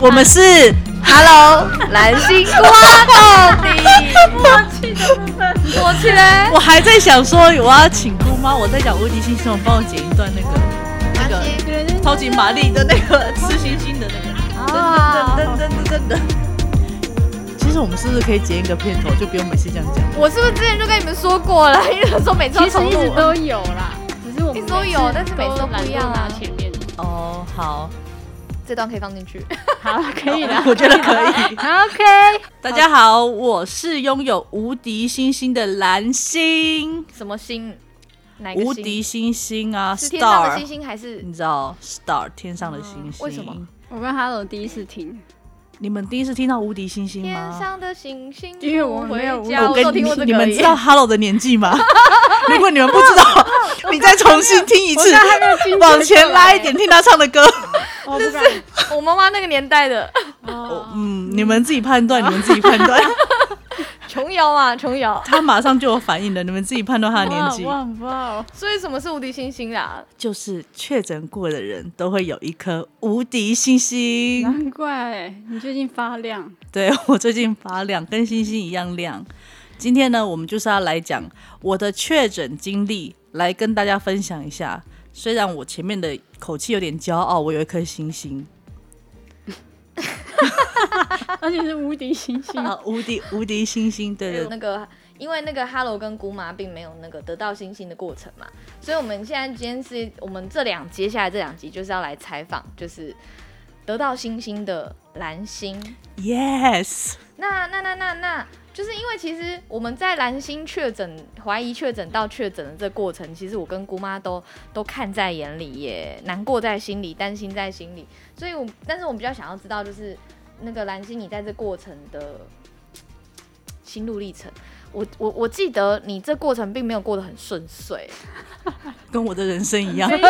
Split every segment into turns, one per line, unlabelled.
我们是 Hello，
蓝星瓜到底
默契的部分，
默契嘞？
我还在想说我要请姑妈，我在讲无敌星星，我帮我剪一段那个那个超级玛丽的那个吃星星的那个，
啊，
噔噔噔噔噔其实我们是不是可以剪一个片头，就不用每次这样讲？
我是不是之前就跟你们说过了？因为有时候每次都
其实
重
一直
录，
都有啦，只是我们
一直都有
每次
但是每次都不一样啊
懒惰到前面
哦，好，
这段可以放进去。
好了，可以了
我觉得可以。
，OK。
大家好，我是拥有无敌星星的蓝星，
什么星？哪个星？
无敌星星啊
是天上的
，Star，
星星还是
你知道 Star 天上的星星？
为什么？
我跟 Hello 第一次听，
你们第一次听到无敌星星
天
吗？
上的星星？
因为我没有
不回家
我
啊我
跟
只有听过这
你
个
你们
而已
知道 Hello 的年纪吗？如果你们不知道，你再重新听一次，
还没有进
往前拉一点，听他唱的 歌。
我不敢。
我妈妈那个年代的
哦
嗯，你们自己判断，你们自己判断。
琼瑶嘛，琼瑶。
他马上就有反应了，你们自己判断他的年纪。
哇哇哇！
所以什么是无敌星星啊啦？
就是确诊过的人都会有一颗无敌星星。
难怪欸你最近发亮，
对 我最近发亮，跟星星一样亮。今天呢，我们就是要来讲我的确诊经历，来跟大家分享一下。虽然我前面的口气有点骄傲，我有一颗星星，
而且是无敌星 星。
啊，无敌无敌星星，对对
那个，因为那个哈喽跟姑妈并没有那个得到星星的过程嘛，所以我们现在今天是我们这两接下来这两集就是要来采访，就是得到星星的蓝星。
y e s
那那那那那，就是因为其实我们在蓝星确诊、怀疑确诊到确诊的这个过程，其实我跟姑妈都都看在眼里耶，难过在心里，担心在心里。所以我，但是我比较想要知道，就是那个蓝星，你在这过程的心路历程。我我我记得你这过程并没有过得很顺遂，
跟我的人生一样，
哎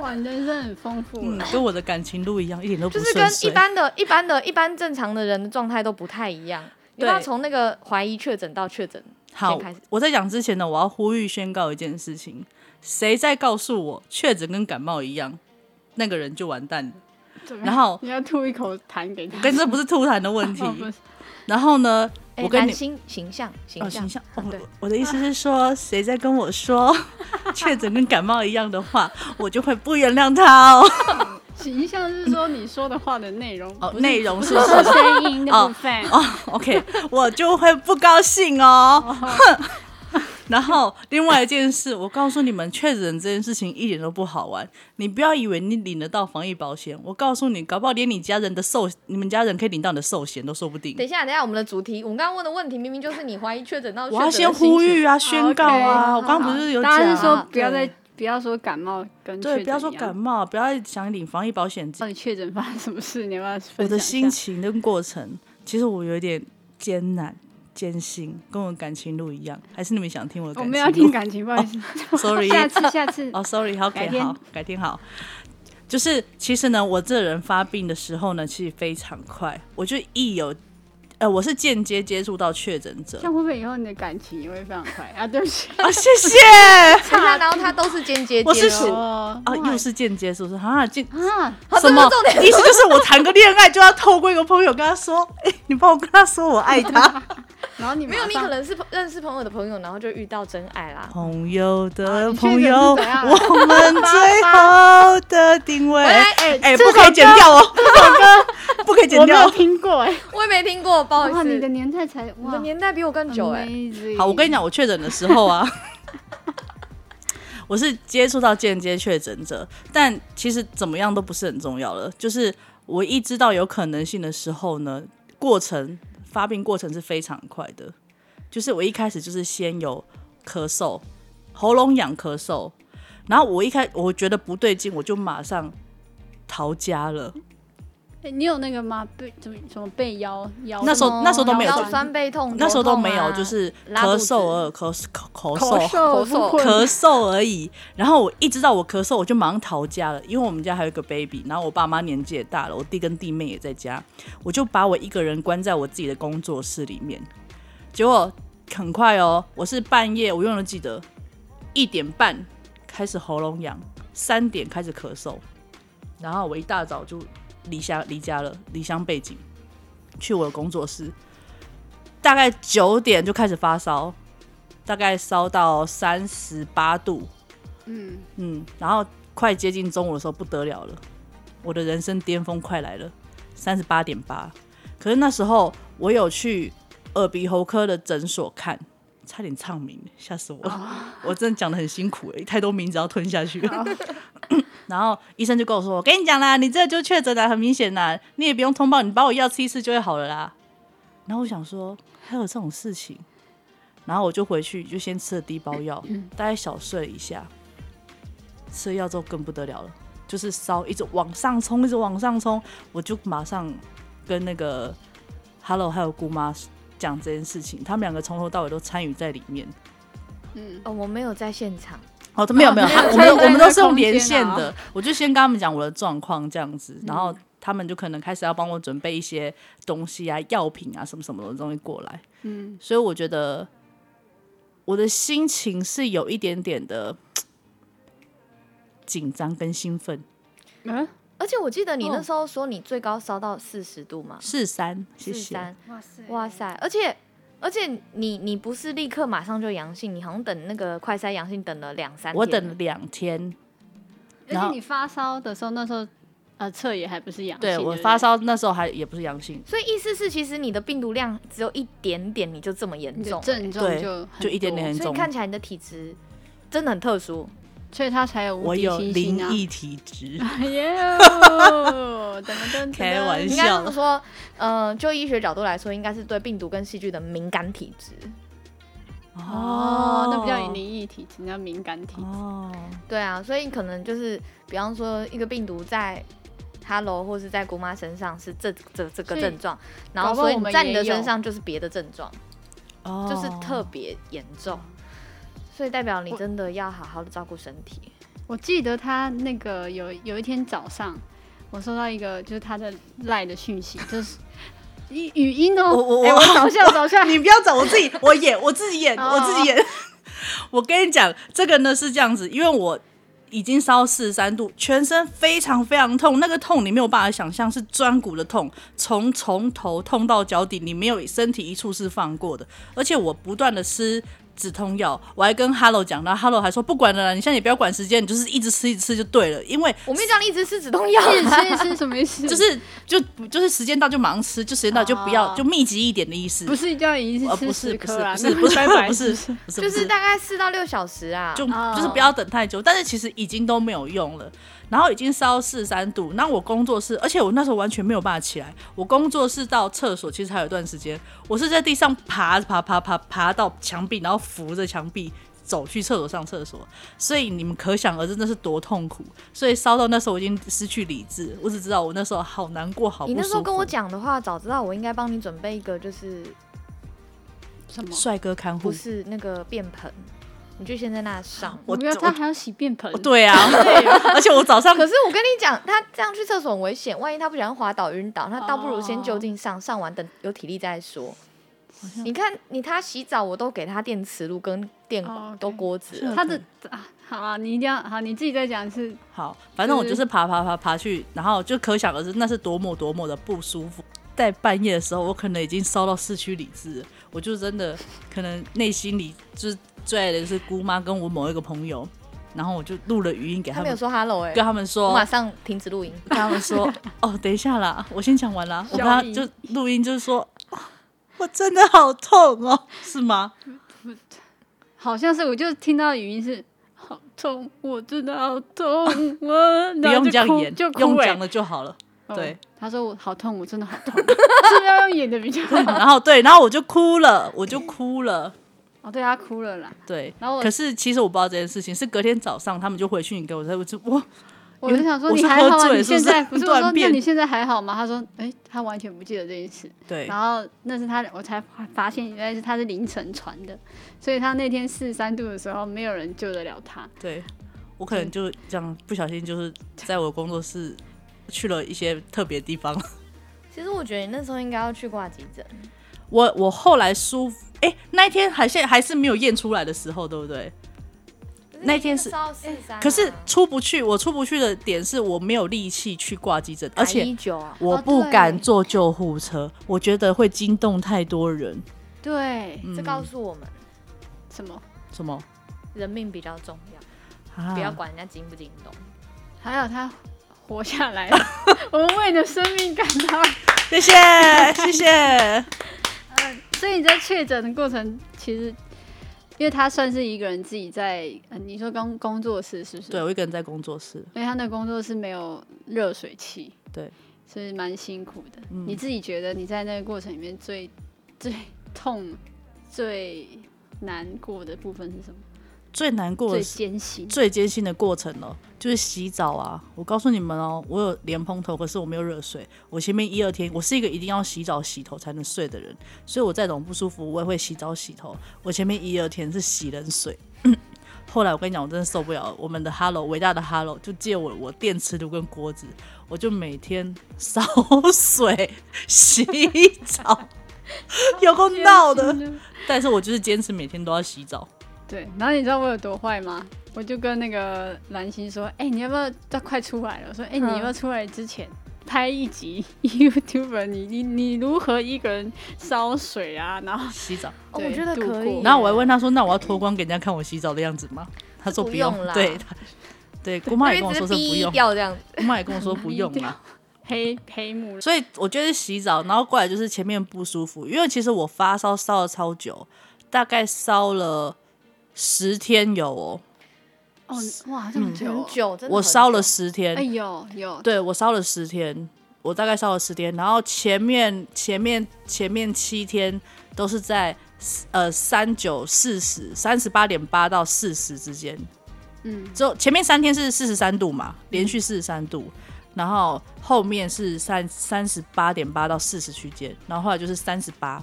哇，你人生很丰富啊
嗯
了，，
跟我的感情路一样，一点都不
就是
顺
跟
遂
一般的、一般的、一般正常的人的状态都不太一样。你要
对
从那个怀疑确诊到确诊，
好
先开始，
我在讲之前呢，我要呼吁宣告一件事情：谁再告诉我确诊跟感冒一样，那个人就完 蛋了。
怎么
然后
你要吐一口痰给他。
跟这不是吐痰的问 题
哦。不是
然后呢，
哎
我跟
蓝
你
星形象
哦，
形象
形象哦
对，
我的意思是说，谁在跟我说确诊跟感冒一样的话，我就会不原谅他哦。
形象是说你说的话的内容，
哦
不，是
内容是
不
不是？
是声音的部分。
哦，OK，我 就会不高兴哦。 然后另外一件事，我告诉你们，确诊这件事情一点都不好玩。你不要以为你领得到防疫保险，我告诉你，搞不好连你家人的寿，你们家人可以领到你的寿险都说不定
等。一下，等一下，我们的主题，我们刚刚问的问题明明就是你怀疑确诊到确诊
我要
的心情，
先呼吁啊，宣告啊！
好
我刚刚不是有讲
大家
啊，
是说不要
对
再不要说感冒跟确诊
对，不要说感
冒，
冒，不要再想领防疫保险金。
到底确诊发生什么事？你要不要分享
我
一
的
下
心情跟过程，其实我有点艰难、艰辛，跟我感情路一样。还是你们想听我的感
我
情
们
路？
要听感情，不好意思。
Sorry
下次下次
哦、s o r r y 好，
改
OK，
天
好，改天好。就是其实呢，我这人发病的时候呢，其实非常快，我就一有，呃，我是间接接触到确诊者
这。样会不会以后你的感情也会非常快啊？对不起，
啊，谢谢。
等一下，然后他都是间接接
我是
哦
属
哦
啊，又是间接，是不是？啊，间
啊，
好
什
哦这
么
是重？点
意思就是我谈个恋爱就要透过一个朋友跟他说， 哎、你帮我跟他说我爱 他。
然后你
没有，你
马
可
上
能是认识朋友的朋友，然后就遇到真爱啦。
朋友
啊
的
你确
朋
诊是
友，
怎样
我们最后的定位。
喂
哎、
哎
不可以剪掉哦，这首歌不可以剪
我没
掉
有
哦。
听过哎，
我也没听过，不好意
哇，
思，
你的年代才
我
哇
的年代比我更
嗯
久哎、
amazing
好，我跟你讲，我确诊的时候啊，我是接触到间接确诊者，但其实怎么样都不是很重要了。就是我一知道有可能性的时候呢，过程发病过程是非常快的。就是我一开始就是先有咳嗽，喉咙痒咳嗽，然后我一开我觉得不对劲，我就马上逃家了。
哎你有那个吗？被怎么怎么被腰腰？
那时候那时候都没有
腰哦酸背痛，
那时候都没
头
有，
痛啊
就是
拉肚
咳
子
嗽而咳咳咳
口
嗽
授
口授
不会
咳嗽而已。然后我一知道我咳嗽，我就马上逃家了，因为我们家还有一个 baby，然后我爸妈年纪也大了，我弟跟弟妹也在家，我就把我一个人关在我自己的工作室里面。结果很快哦，我是半夜，我永远都记得一点半开始喉咙痒，三点开始咳嗽，然后我一大早就离家离家了，离乡背景，去我的工作室，大概九点就开始发烧，大概烧到三十八度，
嗯，
嗯，然后快接近中午的时候不得了了，我的人生巅峰快来了，三十八点八。可是那时候我有去耳鼻喉科的诊所看，差点唱名，吓死我了！ 我真的讲的很辛苦、欸，太多名字要吞下去了。 然后医生就跟我说：“我跟你讲啦，你这就确诊了，啊很明显啦，你也不用通报，你把我药吃一次就会好了啦。”然后我想说，还有这种事情？然后我就回去就先吃了低包药，
嗯
大概小睡了一下。吃了药之后更不得了了，就是烧一直往上冲，一直往上冲，我就马上跟那个 Hello 还有姑妈讲这件事情，他们两个从头到尾都参与在里面。
嗯
哦，我没有在现场，
哦，都没有没有，
没有
我们都我们
参与在
都是用
空间
连线
啊
的，我就先跟他们讲我的状况这样子，然后他们就可能开始要帮我准备一些东西啊、药品啊什么什么的东西过来。嗯，所以我觉得我的心情是有一点点的紧张跟兴奋。
嗯，
而且我记得你那
哦
时候说你最高烧到四十度嘛，
四三，谢
四
谢。
三，
哇塞
哇塞！而且而且你你不是立刻马上就阳性，你好像等那个快筛阳性等了两三天，
我等了两天，
哦而且你发烧的时候，那时候呃测也还不是阳性，
对
对不
我
对
发，烧那时候还也不是阳性，
所以意思是，其实你的病毒量只有一点点，你就这么严
你的
重，
症状
对
就很
就一点点
多
很
所以
重。
看起来你的体质真的很特殊。
所以他才有无
我
敌
有
星
灵
星啊！
异体质，
哎呦，怎么真
开玩
应
笑
该这么说，呃，就医学角度来说，应该是对病毒跟细菌的敏感体质。
哦，那不叫灵异体质，那叫敏感体质。
哦，
对啊，所以可能就是，比方说一个病毒在 Hello 或是在姑妈身上是这这这个
所以
症状，然
搞
后
不好
所以
我
你
们
在你
也
的
有
身上就是别的症状，
哦
就是特别严重，所以代表你真的要好好的照顾身体。
我记得他那个有有一天早上，我收到一个就是他的赖的 讯息，就是语语音哦，
我我我
哎我找一下找一下，
你不要找我自己，我演我自己演
哦
我自己演。 我跟你讲，这个呢是这样子，因为我已经烧四十三度，全身非常非常痛，那个痛你没有办法想象，是钻骨的痛，从从头痛到脚底，你没有身体一处是放过的。而且我不断的吃止痛药，我还跟 Hello 讲，然后 Hello 还说不管了啦，你现在也不要管时间，你就是一直吃一直吃就对了，因为
我没讲你一直吃止痛药，啊
是是是什么意 思？
就是就就是时间到就马上吃，就时间到就不要、
哦
就密集一点的意思。
不是一定要一
呃，
次
不
吃
是
十
不是
颗啦？
不是
那
不是
拜 拜
不是
吃
不是，
就是大概四到六小时啊。
就
哦
就是不要等太久，但是其实已经都没有用了。然后已经烧四三度，那我工作室，而且我那时候完全没有办法起来。我工作室到厕所其实还有一段时间，我是在地上爬爬爬爬爬到墙壁，然后扶着墙壁走去厕所上厕所。所以你们可想而知那是多痛苦。所以烧到那时候我已经失去理智，我只知道我那时候好难过，好不
你
舒服。
那时候跟我讲的话，早知道我应该帮你准备一个，就是
什么？
帅哥看护
不，是那个便盆，你就先在那上。
我
不要，他还要洗便盆
我。对 啊， 而且我早上
可是我跟你讲，他这样去厕所很危险，万一他不小心滑倒晕倒，那倒不如先就近上，上完等有体力再说。你看，你他洗澡我都给他电磁炉跟电、
哦，OK
都锅子
是
了，
他的啊，好啊，你一定要好，你自己再讲一次。
好，反正我
就是
就是爬爬爬爬去，然后就可想而知那是多么多么的不舒服。在半夜的时候，我可能已经烧到市区理智了，我就真的可能内心里就是最爱的是姑妈跟我某一个朋友，然后我就录了语音给
他
他
没有
们，
说 hello 哎、
跟他们
我
说
马，上停止录音。
跟他们说， 哦，等一下啦，我先讲完啦，我跟他
小姨
就录音就是说，哦我真的好痛哦，是吗？
好像是，我就听到语音是好痛，我真的好痛，我
不
不
用这样演
啊就，哭
用
欸
讲的就好了。
哦
对
他说我好痛，我真的好痛， 是不是要用演的比较好。
然后对，然后我就哭了，我 就哭了。
哦，对，他哭了啦。
对，
然后我
可是其实我不知道这件事情，是隔天早上他们就回讯给我，才我就我
我就想说
我
你
是
还好
喝
吗？
醉
你现在
是
不
不是
是我说
断
那
片
你现在还好吗？他说哎，他完全不记得这一次。
对
然后那是他，我才发发现原来是他是凌晨传的，所以他那天四十三度的时候，没有人救得了他。
对，我可能就这样不小心就是在我工作室去了一些特别地方。
其实我觉得你那时候应该要去挂急诊，
我我后来舒服，哎、那一天还现还是没有验出来的时候，对不对？
可是
那天是，
43啊
可是出不去，我出不去的点是我没有力气去挂急诊，而
打
且
19啊
我
哦
不
对
敢坐救护车，我觉得会惊动太多人。
对，
嗯
这告诉我们
什么？
什么？
人命比较重要，
啊
不要管人家惊不惊动。
还有他活下来了， 我们为你的生命感到。
谢谢谢谢。
所以你在确诊的过程，其实因为他算是一个人自己在，呃、你说工工作室是不是？
对，我一个人在工作室，
因为他那工作室没有热水器，
对，
所以蛮辛苦的。
嗯
你自己觉得你在那个过程里面最最痛、最难过的部分是什么？
最难过
最
的是
艰辛？
最艰辛的过程哦，就是洗澡啊。我告诉你们哦，我有莲蓬头，可是我没有热水。我前面一二天，我是一个一定要洗澡洗头才能睡的人，所以我再怎么不舒服，我也会洗澡洗头。我前面一二天是洗冷水。 后来我跟你讲，我真的受不了了我们的 Hello 伟大的 Hello 就借我我电磁炉跟锅子，我就每天烧 水 洗澡， 有够闹的。
艰辛
但是我就是坚持每天都要洗澡。
对，然后你知道我有多坏吗？我就跟那个蓝心说：“哎、你要不要他快出来了？”我说：“哎、你要不要出来之前拍一集 YouTuber？你你你如何一个人烧水啊？然后
洗澡，
哦，
对
我觉得
度
可
过
以。
然后我还问他说：“那我要脱光给人家看我洗澡的样子吗？”他说：“
不
用。
用啦
对，他对，姑妈也
因
跟
为只
我说
是
是不
逼
用，
掉这样子，
姑妈也跟我说不用啦。
黑黑幕
所以我觉得是洗澡，然后过来就是前面不舒服，因为其实我发烧烧了超久，大概烧了十天有哦，
哦，哇，这么久、
很
哦
久，真的
我
很
烧
久
了十天，
哎，有有，
对我烧了十天，我大概烧了十天，然后前面前面前面七天都是在呃三九四十三十八点八到四十之间，
嗯，
之后前面三天是四十三度嘛，连续四十三度，然后后面是三三十八点八到四十区间，然后后来就是三十八，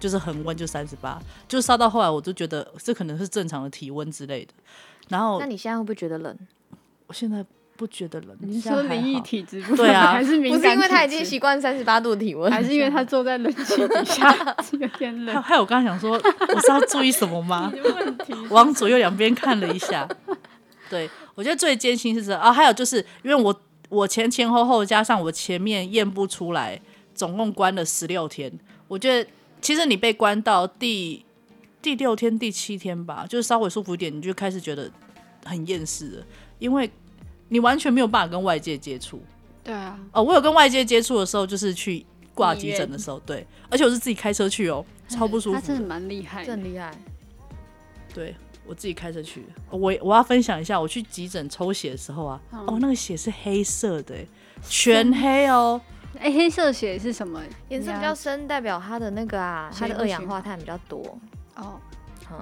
就是恒温就三十八，就烧到后来我就觉得这可能是正常的体温之类的，然后
那你现在会不会觉得冷？
我现在不觉得冷，
你是
现
说
在还
灵异
好
体质不
对啊
还是敏
不
感？
是因为他已经 习，惯三十八度的体温，
还是因为他坐在冷气底下有点
还有
冷？
还有，我刚刚想说，我是要注意什么 吗？
问题
往左右两边看了一下，对我觉得最艰辛是这啊，还有就是因为我我前前后后加上我前面验不出来，总共关了十六天。我觉得其实你被关到第第六天、第七天吧，就是稍微舒服一点，你就开始觉得很厌世了，因为你完全没有办法跟外界接触。
对啊，
哦，我有跟外界接触的时候，就是去挂急诊的时候，对，而且我是自己开车去哦，超不舒服
他
的。
真的蛮厉害
这
的
很，厉害。
对我自己开车去的。哦我我要分享一下，我去急诊抽血的时候啊，
嗯
哦，那个血是黑色的欸，全黑哦。
哎、黑色血是什么？
颜色比较深，代表它的那个啊，它
血液
的
不
二氧
循
化
环
碳比较多，
哦，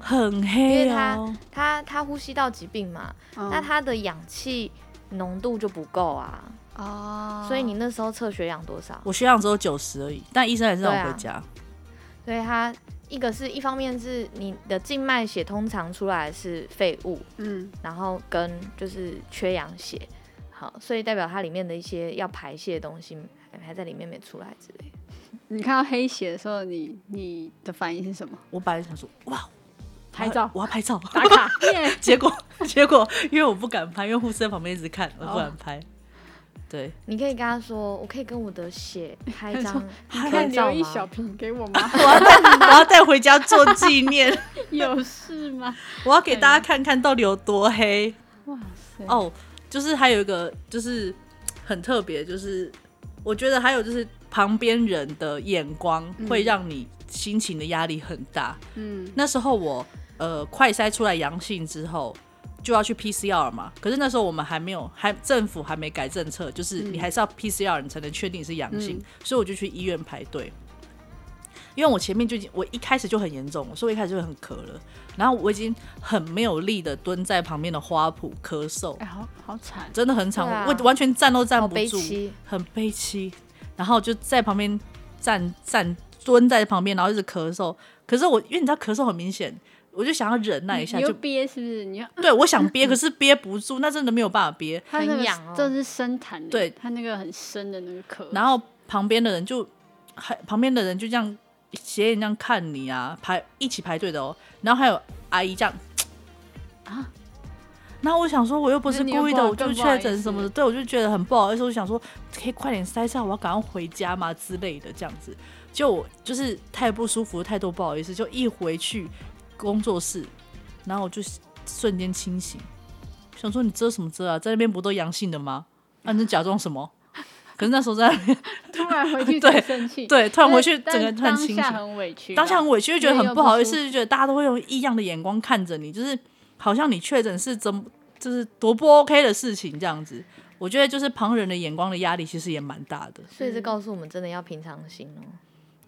很
因
黑
为它
哦，
它它呼吸道疾病嘛，那
嗯
那
它的氧气浓度就不够啊，
哦，
嗯
所以你那时候测血氧多少？
我血氧只有九十而已，但医生还是让
对
我
啊
回家。
所以它一个是一方面是你的静脉血通常出来是废物，
嗯
然后跟就是缺氧血，好，所以代表它里面的一些要排泄的东西还还在里面没出来之类的。，
你看到黑血的时候，你你的反应是什么？
我本来想说，哇，
拍照
我要拍照。
打卡，耶！
结果 结果，因为我不敢拍，因为护士在旁边一直看，我不
哦
敢拍。对，
你可以跟他说，我可以跟我的血拍一张
你
合
看
照
留一
吗？
小瓶给我吗？
我要带我要带回家做纪念，
有事吗？
我要给大家看看到底有多黑。
哇塞！
哦，就是还有一个就是很特别，就是我觉得还有就是旁边人的眼光会让你心情的压力很大。
嗯，
那时候我呃快筛出来阳性之后。就要去 PCR 嘛，可是那时候我们还没有，还政府还没改政策，就是你还是要 PCR 你才能确定你是阳性，
嗯
所以我就去医院排队。因为我前面就已经，我一开始就很严重，所以我一开始就很咳了，然后我已经很没有力的蹲在旁边的花圃咳嗽，
哎，好好惨，
真的很惨，
对啊
我完全站都站
好
不
悲
住，
戚
很悲戚。然后就在旁边站站蹲在旁边，然后一直咳嗽。可是我因为你知道咳嗽很明显，我就想要忍耐一下，
你又
就
憋是不是？你要
对我想憋，可是憋不住，那真的没有办法憋。
他那
很
个
痒哦
这是深痰的，
对
他那个很深的那个壳，
然后旁边的人就还旁边的人就这样斜眼这样看你啊，排一起排队的哦。然后还有阿姨这样
啊，
然后我想说，我又不是
那你又
故意
不
的，
好
我就
更不好
确
意
诊
思
什么的，对我就觉得很不好意思。我想说，可以快点塞上，我要赶快回家嘛之类的，这样子。就我就是太不舒服，太多不好意思，就一回去工作室，然后我就瞬间清醒，想说你遮什么遮啊，在那边不都阳性的吗？啊，你在假装什么？可是那时候在那边
突然回去
对
才生气，
对，突然
但是，
回去整
但
个人突然
当
清醒
下，很委屈啦，啊
当下很委屈，就觉得很不好意
因
思，就觉得大家都会用异样的眼光看着你，就是好像你确诊是怎么，就是多不 OK 的事情这样子。我觉得就是旁人的眼光的压力其实也蛮大的。
所以这告诉我们真的要平常心哦。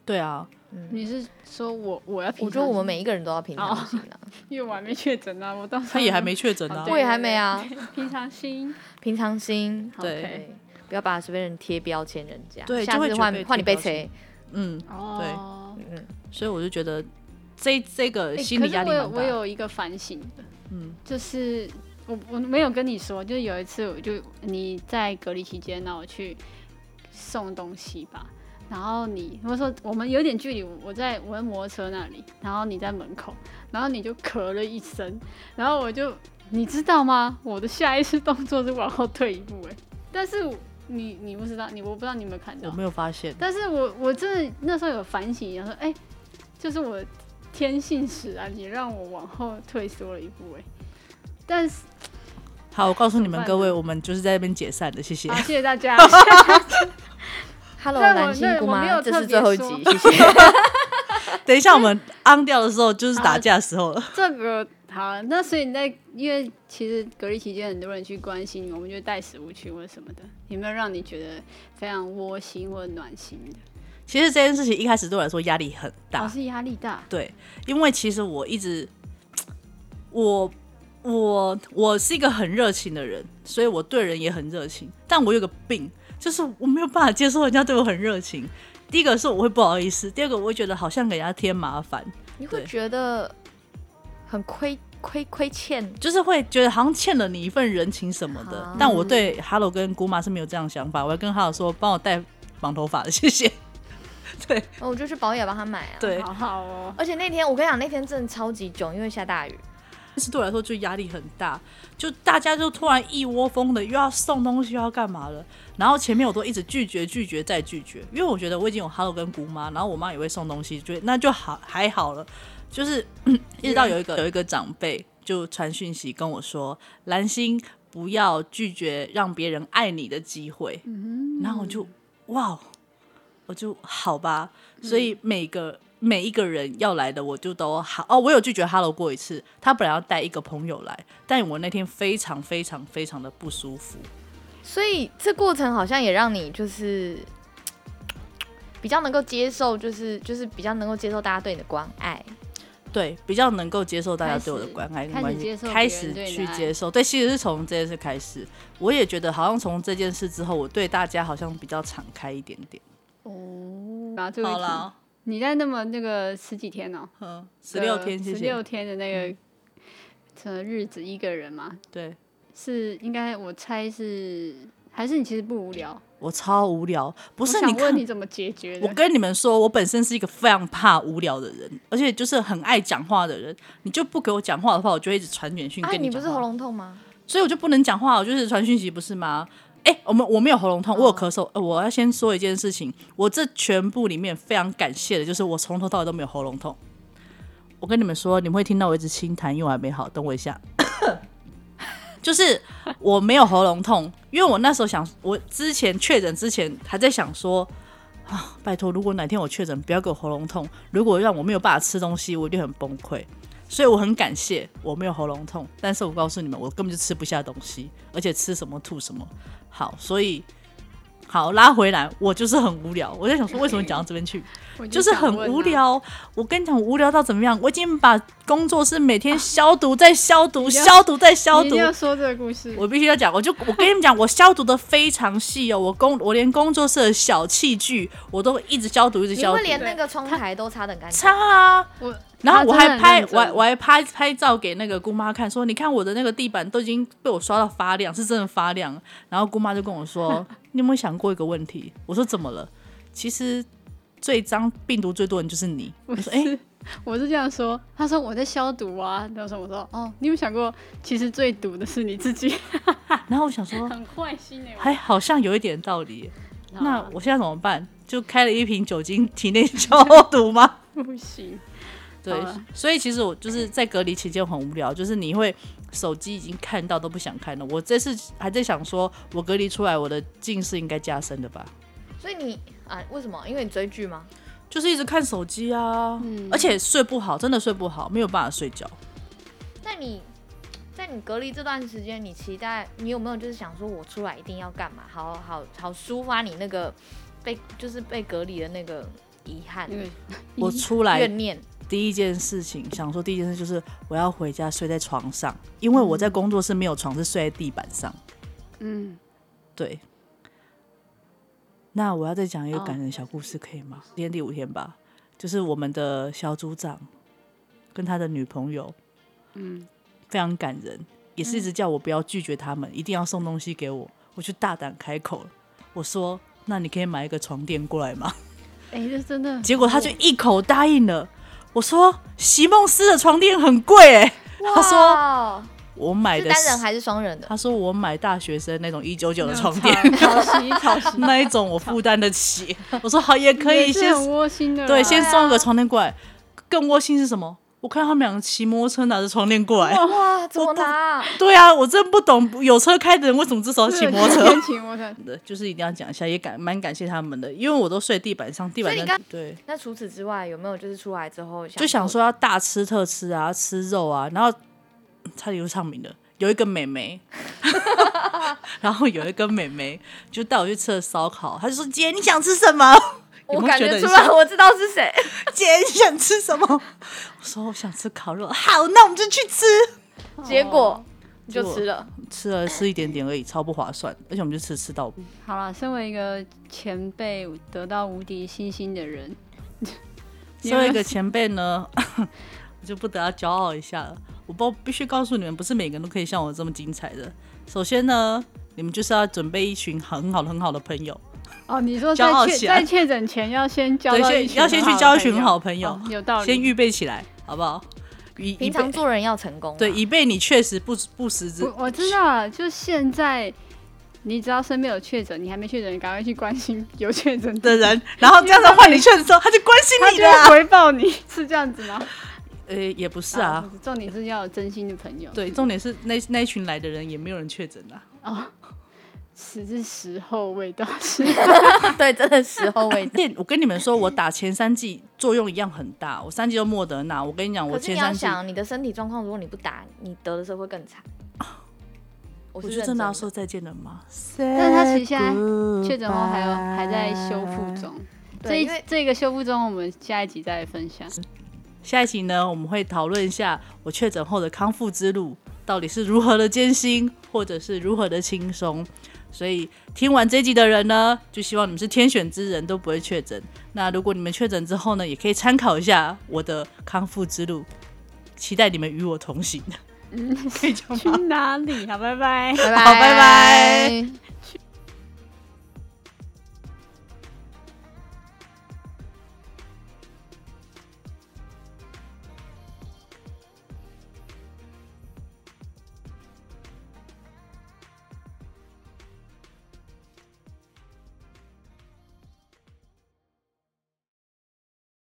对啊，
你是说我我要平
我
常心？
觉得我们每一个人都要平常心啊，
因为我还没确诊啊，我到时
他
候
也还没确诊啊
哦。
我也还没啊，
平常心。
平常心，
对
OK
对，不要把随便人贴标签人家，
对
下
就会
次
觉得
换
被贴
换你被
标签
锤，
嗯，
哦，
嗯，
所以我就觉得这这个
欸
心理压力
可是我有
蛮
我
大的。
有一个反省的，
嗯，
就是我我没有跟你说，就是有一次我就你在隔离期间，那我去送东西吧。然后你我说我们有点距离，我我在我在摩托车那里，然后你在门口，然后你就咳了一声，然后我就你知道吗？我的下意识动作是往后退一步、欸，但是我你你不知道，你我不知道你有没有看到
我，没有发现，
但是我我真的那时候有反省，想说，哎、就是我天性使然，你让我往后退缩了一步、 哎，但是
好，我告诉你
怎
们
么办呢
各位，我们就是在那边解散的，谢谢
好、。啊谢谢大家。
Hello，
但我
蓝心
对
姑
我没
妈，
有
这
特
是最
别
后一
说
集，谢谢。
等一下我们 on 掉的时候就是
啊
打架的时候了。
这个好，那所以你在因为其实隔离期间很多人去关心你，我们就带食物去或者什么的，有没有让你觉得非常窝心或者暖心的？哦
其实这件事情一开始对我来说压力很大，
老是压力大，
对，因为其实我一直，我我我是一个很热情的人，所以我对人也很热情。但我有个病，就是我没有办法接受人家对我很热情。第一个是我会不好意思，第二个我会觉得好像给人家添麻烦，
你会
对
觉得很亏亏亏欠，
就是会觉得好像欠了你一份人情什么的
啊。
但我对 Hello 跟姑妈是没有这样的想法，我要跟 Hello 说，帮我戴绑头发的，谢谢。 对
哦我就去保养帮他买啊。，
对，
好好哦。
而且那天我跟你讲，那天真的超级囧，因为下大雨。
但是对我来说就压力很大，就大家就突然一窝蜂的又要送东西，又要干嘛了。然后前面我都一直拒绝、拒绝再拒绝，因为我觉得我已经有 hello 跟姑妈，然后我妈也会送东西，就那就好还好了。就是 嗯一直到有一个有一个长辈就传讯息跟我说，蓝心不要拒绝让别人爱你的机会。然后我就哇哦，我就好吧，所以
嗯
每个、每一个人要来的，我就都好哦。我有拒绝 Hello 过一次，他本来要带一个朋友来，但我那天非常非常非常的不舒服。
所以这过程好像也让你就是嘖比较能够接受，就是就是比较能够接受大家对你的关爱。
对，比较能够接受大家
开始
对我的关爱跟
开始
关
接
心，
受
开
别人
始
对你
去
的爱
接受。对，其实是从这件事开始，我也觉得好像从这件事之后，我对大家好像比较敞开一点点。
哦，然后最后一
好
题
了，
你在那么那个十几天哦、
嗯，十六天，谢
十六
谢。
天的那个这日子一个人嘛，
对
是应该我猜是还是你其实不无聊？
我超无聊，不
不
是
想
你
问
看
你怎么解决
我
的？
跟你们说，我本身是一个非常怕无聊的人，而且就是很爱讲话的人。你就不给我讲话的话，我就一直传简讯
啊，
跟
你不
讲
是
话。
喉咙痛吗？
所以我就不能讲话，我就是传讯息，不是吗？哎、我们我没有喉咙痛，我有咳嗽、呃我要先说一件事情，我这全部里面非常感谢的就是我从头到尾都没有喉咙痛。我跟你们说，你们会听到我一直轻痰，因为我还没好。等我一下， 就是我没有喉咙痛，因为我那时候想，我之前确诊之前还在想说。啊，拜托！如果哪天我确诊，不要给我喉咙痛。如果让我没有办法吃东西，我一定很崩溃。所以我很感谢我没有喉咙痛，但是我告诉你们，我根本就吃不下东西，而且吃什么吐什么。好，所以好拉回来，我就是很无聊。我在想说，为什么讲到这边去？
我
就是
想
很
问啊
无。聊。我跟你讲，无聊到怎么样？我已经把工作室每天消毒再消毒，
啊你要
消毒再消
你一
毒
定。要说这个故事。
我必须要讲，我就我跟你们讲，我消毒的非常细哦。我工我连工作室的小器具我都一直消毒，一直
你
消毒
会。连那个窗台都擦得很干净。
擦啊！
我
然后我还拍，我
我
还我还拍拍照给那个姑妈看，说你看我的那个地板都已经被我刷到发亮，是真的发亮。然后姑妈就跟我 说，你有没有想过一个问 题？我说怎么了？其实最脏病毒最多人就是你。我说哎、
是我是这样说，他说我在消毒啊，然后说我说哦，你有没有想过，其实最毒的是你自己，
然后我想说，
很坏心哎、
还好像有一点道理耶。
我
那我现在怎么办？就开了一瓶酒精体内消毒吗？
不行，
对
好了，
所以其实我就是在隔离期间很无聊，就是你会手机已经看到都不想看了。我这次还在想说，我隔离出来，我的近视应该加深的吧？
所以你啊，为什么？因为你追剧吗？
就是一直看手机啊，而且睡不好，真的睡不好，没有办法睡觉。
那你在你隔离这段时间，你期待你有没有就是想说，我出来一定要干嘛？好好好抒发你那个被就是被隔离的那个遗憾、
那个
我出来
怨念。
第一件事情，想说第一件事就是我要回家睡在床上，因为我在工作室没有床，是睡在地板上。
嗯，
对。那我要再讲一个
哦
感人的小故事，可以吗？今天第五天吧，就是我们的小组长跟他的女朋友，
嗯，
非常感人，也是一直叫我不要拒绝他们，一定要送东西给我。我就大胆开口了，我说：“那你可以买一个床垫过来吗
哎、这真的？” ，
结果他就一口答应了。我说：“席梦思的床垫很贵哎、他说：“
说
我买
是
的
单人
是
还是双人 的？
他说我买大学生那种一九九的
那
床垫，，
讨喜讨 喜
那一种我负担得起。我说好，也 可以
也是
先
很窝心的啦，
对，先
对啊
送一个床垫过来。更窝心是什么？我看到他们两个骑摩托车拿着床垫过来。
哇，怎么
我不
拿啊？
对啊，我真不懂有车开的人为什么这时候骑摩 托车。
先骑摩托车，
对就是一定要讲一下，也感蛮感谢他们的，因为我都睡地板上，地板
所以
上
你
对，
那除此之外，有没有就是出来之后
就想说要大吃特吃啊，吃肉啊，然后嗯差点又唱名了。有一个 美眉，然后有一个美眉就带我去吃了烧烤，她就说：“姐，你想吃什么？”有
我
没有
感
觉得
觉
很
出来，
像
我知道是谁。
姐你想吃什么？我说我想吃烤肉，好，那我们就去吃。
结
哦
果你
结
就
果
吃了，
吃了吃一点点而已，超不划算，而且我们就吃吃到饱。
好了，身为一个前辈得到无敌星星的人，你有
作
没
为
有
一个前辈呢， 我就不得要骄傲一下了。我不必须告诉你们，不是每个人都可以像我这么精彩的。首先呢，你们就是要准备一群很好很好的朋友，
哦，你说
骄傲
在
起
确
来
在确诊前要先交
对，
到一
先
群
要先去
的
交一群好朋友，
哦有道理。
先预备起来，好不好？以以
平常
备
做人要成功啊。
对，以备你确实不不时之
我我知道了，就现在，你只要身边有确诊，你还没确诊，你赶快去关心 有确诊
的，人，然后这样子 换你确实之后，他就关
他
心你
就
了啊
会。回报你， 是这样子吗？
呃，也不是啊，，
重点是要有真心的朋友。
对，重点是那那一群来的人也没有人确诊 啊。
哦，时是时候未到，是
对，真的时候未到。
但我跟你们说，我打前三剂作用一样很大，我三剂都莫德纳。我跟你讲，我
可是
前
你要
三剂，
想，你的身体状况，如果你不打，你得的时候会更惨。我
哦我
是
就
认
真
的
的要说再见了吗？
但
但
是他其实现在确诊后还有还在修复。中。这
对，
一
因为
这个修复中，我们下一集再来分享。
下一集呢，我们会讨论一下我确诊后的康复之路到底是如何的艰辛，或者是如何的轻松。所以听完这集的人呢，就希望你们是天选之人，都不会确诊。那如果你们确诊之后呢，也可以参考一下我的康复之路，期待你们与我同行。
嗯，可以去哪里？好，拜拜。
拜拜
好拜拜。